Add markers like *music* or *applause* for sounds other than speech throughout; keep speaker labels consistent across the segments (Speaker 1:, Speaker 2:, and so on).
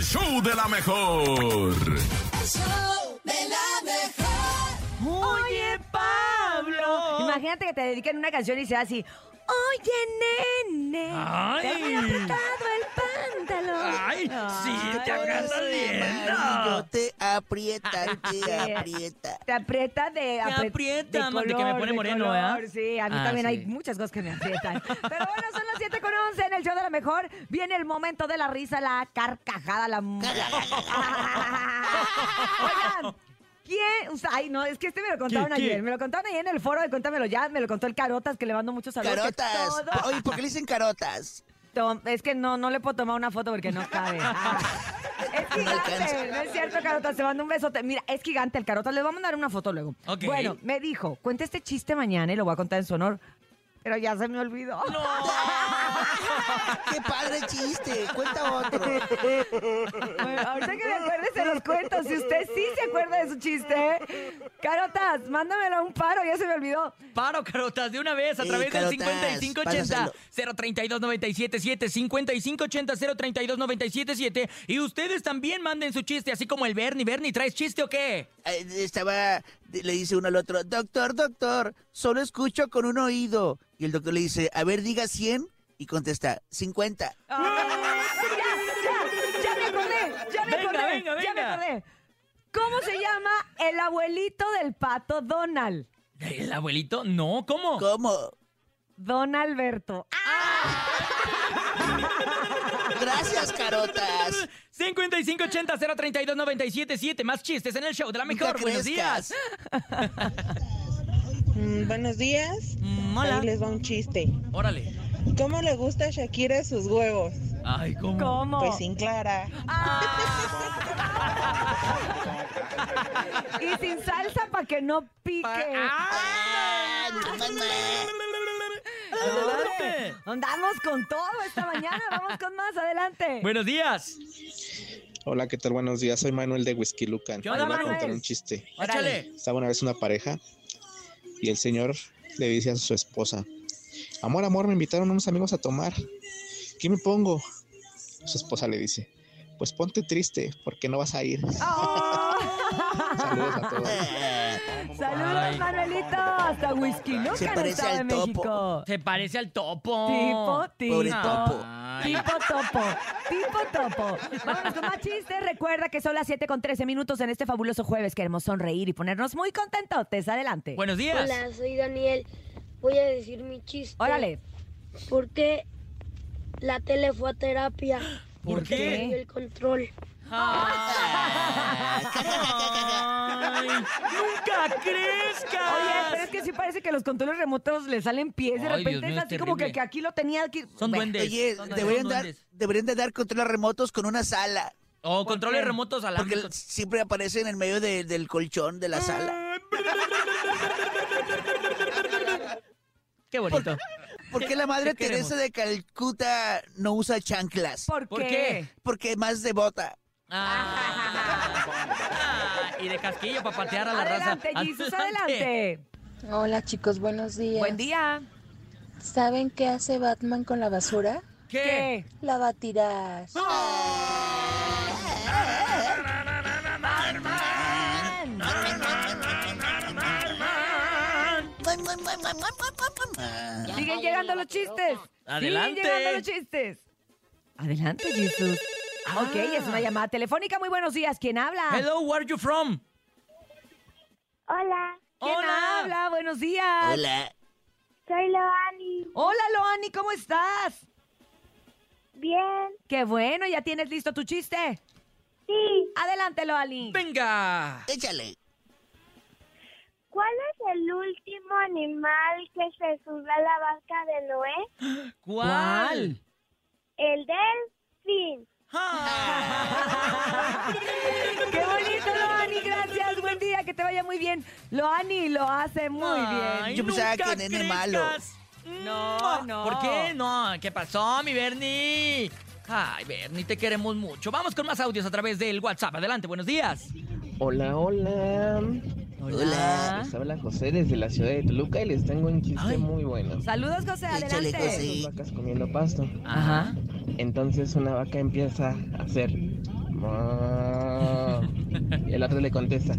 Speaker 1: show de la mejor.
Speaker 2: show de la mejor.
Speaker 3: Oye, Pablo.
Speaker 4: Imagínate que te dediquen una canción y sea así. Oye, nene.
Speaker 3: Ay.
Speaker 4: Te me apretado el pantalón.
Speaker 3: Ay, sí, te hagas
Speaker 5: Yo te
Speaker 3: *laughs*
Speaker 5: aprieta, te aprieta.
Speaker 4: Te aprieta de apre-
Speaker 3: aprieta, más de que me
Speaker 4: color,
Speaker 3: pone
Speaker 4: de
Speaker 3: moreno,
Speaker 4: color,
Speaker 3: ¿verdad?
Speaker 4: Sí, a mí
Speaker 3: Ah,
Speaker 4: también
Speaker 3: sí.
Speaker 4: hay muchas cosas que me aprietan. Pero bueno, son las 7 con 11 en el show de la mejor. Viene el momento de la risa, la carcajada, la... mu- Oigan, ¿quién? o sea, ay, no, es que este me lo contaron
Speaker 3: ¿Qué, qué?
Speaker 4: ayer. Me lo contaron ayer en el foro de Cuéntamelo Ya. Me lo contó el Carotas, que le mando muchos saludos. que
Speaker 5: Carotas.
Speaker 4: todo-
Speaker 5: Oye, ¿por qué le dicen carotas?
Speaker 4: Tom- Es que no, no le puedo tomar una foto porque no
Speaker 3: *laughs*
Speaker 4: cabe. Ah. Es gigante,
Speaker 5: alcanza.
Speaker 4: no es cierto, Carota, te mando un besote. Mira, es gigante el Carota, le voy a mandar una foto luego.
Speaker 3: Ok.
Speaker 4: Bueno, me dijo, cuenta este chiste mañana y lo voy a contar en su honor, pero ya se me olvidó.
Speaker 5: ¡Qué padre chiste! Cuenta otro.
Speaker 3: *laughs*
Speaker 4: *laughs* Bueno, ahorita que me acuerde se los cuento, si usted sí se acuerda de su chiste. Carotas, mándamelo a un paro, ya se me olvidó.
Speaker 3: Paro, carotas, de una vez a
Speaker 5: Sí,
Speaker 3: través del
Speaker 5: carotas,
Speaker 3: 5580
Speaker 5: pásaselo.
Speaker 3: 032 977 5580 032 977 y ustedes también manden su chiste, así como el Bernie. Bernie, ¿traes chiste o qué?
Speaker 5: Eh, Estaba, le dice uno al otro, doctor, doctor, solo escucho con un oído. Y el doctor le dice, a ver, diga 100. Y contesta, 50.
Speaker 4: ya, ya, ya me acordé, ya me
Speaker 3: Ah. Venga,
Speaker 4: acordé,
Speaker 3: venga,
Speaker 4: ya me
Speaker 3: venga.
Speaker 4: acordé. ¿Cómo se llama el abuelito del pato Donald?
Speaker 3: ¿El abuelito? No, ¿cómo?
Speaker 5: ¿Cómo?
Speaker 4: Don Alberto. Ah,
Speaker 5: Gracias,
Speaker 3: *laughs*
Speaker 5: carotas.
Speaker 3: 5580 032 977 más chistes en el show de la
Speaker 5: Nunca
Speaker 3: mejor. Buenos días.
Speaker 5: crezcas.
Speaker 6: Mm, buenos días.
Speaker 3: Mm,
Speaker 6: Ahí
Speaker 3: hola.
Speaker 6: les va un chiste.
Speaker 3: Órale.
Speaker 6: ¿Cómo le gusta a Shakira sus huevos?
Speaker 3: Ay, ¿cómo?
Speaker 4: ¿Cómo?
Speaker 6: Pues sin clara.
Speaker 4: Y sin salsa para que no pique.
Speaker 5: Ah,
Speaker 3: Adelante.
Speaker 4: Andamos con todo esta mañana. Vamos con más. Adelante.
Speaker 3: Buenos días.
Speaker 7: Hola, ¿qué tal? Buenos días. Soy Manuel de Whisky Lucan.
Speaker 3: ¿Qué onda,
Speaker 7: Les voy a
Speaker 4: Manuel?
Speaker 7: contar un chiste.
Speaker 3: Échale.
Speaker 7: Estaba una vez una pareja y el señor le dice a su esposa: Amor, amor, me invitaron unos amigos a tomar. ¿Qué me pongo? Su esposa le dice: Pues ponte triste, porque no vas a ir.
Speaker 4: Oh,
Speaker 7: Saludos a todos.
Speaker 4: saludos,
Speaker 3: Ay.
Speaker 4: Manuelito. Hasta whisky. Nunca
Speaker 5: Se
Speaker 4: en el
Speaker 5: parece
Speaker 4: Estado de
Speaker 5: al topo.
Speaker 4: México.
Speaker 3: Se parece al topo.
Speaker 4: Tipo, tipo.
Speaker 5: Pobre topo.
Speaker 3: Ay.
Speaker 4: Tipo topo, tipo topo. Vámonos con más chistes. Recuerda que son las 7 con 13 minutos en este fabuloso jueves. Queremos sonreír y ponernos muy contentotes. Adelante.
Speaker 3: Buenos días.
Speaker 8: Hola, soy Daniel. Voy a decir mi chiste.
Speaker 4: Órale.
Speaker 8: ¿Por qué la tele fue a terapia?
Speaker 3: ¿Por
Speaker 4: ¿Por qué?
Speaker 3: qué?
Speaker 8: Perdió el control.
Speaker 4: *laughs*
Speaker 3: Ay, ¡Nunca crezcas!
Speaker 4: Oye, pero es que sí parece que los controles remotos le salen pies. De
Speaker 3: Ah, Ay,
Speaker 4: repente
Speaker 3: Dios mío,
Speaker 4: es
Speaker 3: es
Speaker 4: así como que,
Speaker 3: terrible.
Speaker 4: que aquí lo tenía. Aquí...
Speaker 3: Son
Speaker 4: Bueno,
Speaker 3: duendes.
Speaker 5: Oye,
Speaker 3: Son duendes,
Speaker 5: deberían
Speaker 3: son
Speaker 5: dar,
Speaker 3: duendes.
Speaker 5: deberían de dar controles remotos con una sala.
Speaker 3: O controles
Speaker 4: qué?
Speaker 3: remotos al
Speaker 5: Porque siempre aparecen en el medio de- del colchón de la sala.
Speaker 3: Qué bonito.
Speaker 5: ¿Por qué la madre
Speaker 3: ¿Qué queremos?
Speaker 5: Teresa de Calcuta no usa chanclas?
Speaker 4: ¿Por qué?
Speaker 3: ¿Por qué?
Speaker 5: Porque más devota.
Speaker 3: *laughs* Ah. Ah, y de casquillo para patear a la
Speaker 4: Adelante,
Speaker 3: raza.
Speaker 4: Jesús, adelante.
Speaker 9: Hola chicos, buenos días.
Speaker 4: Buen día.
Speaker 9: ¿Saben qué hace Batman con la basura?
Speaker 3: ¿Qué?
Speaker 9: La va a tirar.
Speaker 4: Siguen llegando los chistes.
Speaker 3: Adelante.
Speaker 4: Siguen llegando los chistes. Adelante, Jesús. Ok, es una llamada telefónica. Muy buenos días. ¿Quién habla?
Speaker 3: Ah. Hello, where are you from?
Speaker 10: Hola,
Speaker 4: ¿Quién
Speaker 3: Hola.
Speaker 4: habla? Buenos días.
Speaker 5: Hola.
Speaker 10: soy Loani.
Speaker 4: Hola, Loani, ¿cómo estás?
Speaker 10: Bien,
Speaker 4: Qué bueno, ya tienes listo tu chiste.
Speaker 10: sí.
Speaker 4: Adelante, Loani.
Speaker 3: Venga.
Speaker 5: Échale.
Speaker 10: ¿Cuál es el último animal que se subió a la barca de Noé?
Speaker 3: ¿Cuál?
Speaker 10: El delfín.
Speaker 4: Qué bonito, Loani, gracias. Buen día, que te vaya muy bien. Loani lo hace muy
Speaker 3: Ay,
Speaker 4: bien.
Speaker 5: Yo pensaba
Speaker 3: nunca
Speaker 5: que nene malo.
Speaker 3: crezcas.
Speaker 4: No, no.
Speaker 3: Ah, ¿Por qué? No, ¿qué pasó, mi Bernie? Ay, Bernie, te queremos mucho. Vamos con más audios a través del WhatsApp. Adelante, buenos días.
Speaker 11: *laughs* Hola, hola.
Speaker 5: Hola.
Speaker 11: Les habla José desde la ciudad de Toluca y les tengo un chiste
Speaker 3: Ay.
Speaker 11: muy bueno.
Speaker 4: Saludos, José,
Speaker 5: Échale,
Speaker 4: adelante.
Speaker 5: José.
Speaker 11: Dos vacas comiendo pasto.
Speaker 3: Ajá.
Speaker 11: Entonces una vaca empieza a hacer
Speaker 7: mamá. Y el otro le contesta,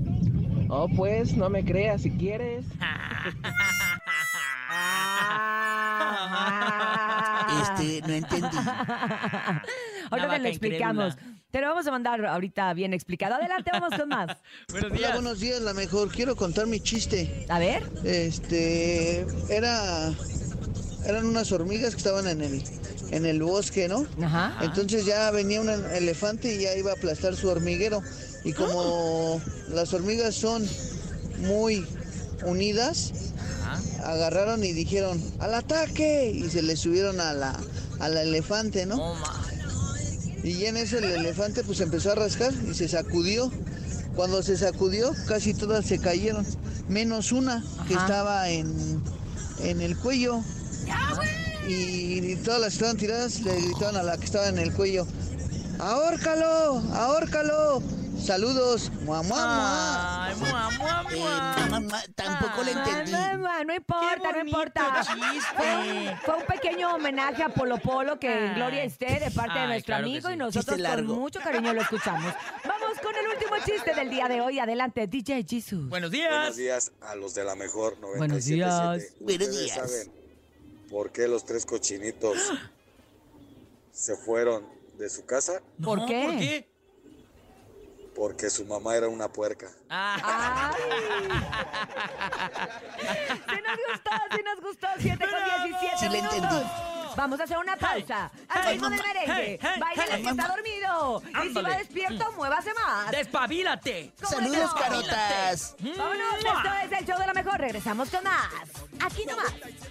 Speaker 7: oh pues, no me creas si quieres.
Speaker 12: Este, no entendí.
Speaker 4: Ahorita
Speaker 3: vaca
Speaker 4: te lo explicamos. Te lo vamos a mandar ahorita bien explicado. Adelante, vamos con más.
Speaker 3: Buenos
Speaker 5: Hola,
Speaker 3: días.
Speaker 5: buenos días, la mejor. Quiero contar mi chiste.
Speaker 4: A ver.
Speaker 5: Este, era, eran unas hormigas que estaban en el, en el bosque, ¿no?
Speaker 4: Ajá.
Speaker 5: Entonces ya venía un elefante y ya iba a aplastar su hormiguero. Y como las hormigas son muy unidas, agarraron y dijeron, al ataque. Y se le subieron a la, al elefante, ¿no?
Speaker 3: Oh,
Speaker 5: Y ya en eso el elefante pues empezó a rascar y se sacudió. Cuando se sacudió, casi todas se cayeron, menos una que
Speaker 4: Ajá.
Speaker 5: estaba en, en el cuello. Y todas las que estaban tiradas le gritaban a la que estaba en el cuello, ¡ahórcalo! ¡ahórcalo! Saludos, muah, muah, muah".
Speaker 3: Ay, mua, mua,
Speaker 12: Ah, Eh,
Speaker 3: mua.
Speaker 12: mamá, tampoco le entendí.
Speaker 4: Ah, No, no, no importa, no
Speaker 3: bonito
Speaker 4: importa.
Speaker 3: chiste.
Speaker 4: Fue un pequeño homenaje a Polo Polo que en Gloria esté de parte de
Speaker 3: Ay,
Speaker 4: nuestro
Speaker 3: claro que
Speaker 4: amigo
Speaker 3: sí.
Speaker 4: y nosotros
Speaker 12: Chiste
Speaker 4: con
Speaker 12: largo.
Speaker 4: mucho cariño lo escuchamos. Vamos con el último chiste del día de hoy. Adelante, DJ Jesus.
Speaker 3: Buenos días.
Speaker 13: Buenos días a los de la mejor
Speaker 3: Buenos días.
Speaker 13: 97.7.
Speaker 12: Buenos
Speaker 13: Ustedes
Speaker 12: días.
Speaker 13: saben por qué los tres cochinitos se fueron de su casa
Speaker 3: No,
Speaker 4: ¿Por qué?
Speaker 3: ¿Por qué?
Speaker 13: porque su mamá era una puerca.
Speaker 3: Ah,
Speaker 4: Ay. Sí nos gustó, sí nos gustó. 7 con 17
Speaker 12: Sí le
Speaker 4: minutos.
Speaker 12: entendí.
Speaker 4: Vamos a hacer una pausa. Al
Speaker 3: hey,
Speaker 4: ritmo del
Speaker 3: mamá,
Speaker 4: merengue.
Speaker 3: hey, hey,
Speaker 4: Báilele
Speaker 3: hey,
Speaker 4: que está
Speaker 12: mamá.
Speaker 4: dormido. Y si va
Speaker 3: Ándale. Mm.
Speaker 4: despierto, muévase
Speaker 3: *laughs*
Speaker 4: más.
Speaker 3: ¡Despabilate!
Speaker 4: ¿Cómo le
Speaker 12: Saludos,
Speaker 4: quedó?
Speaker 12: carotas.
Speaker 4: Vámonos,
Speaker 3: ¡Mua!
Speaker 4: esto es el show de la mejor. Regresamos con más. Aquí nomás.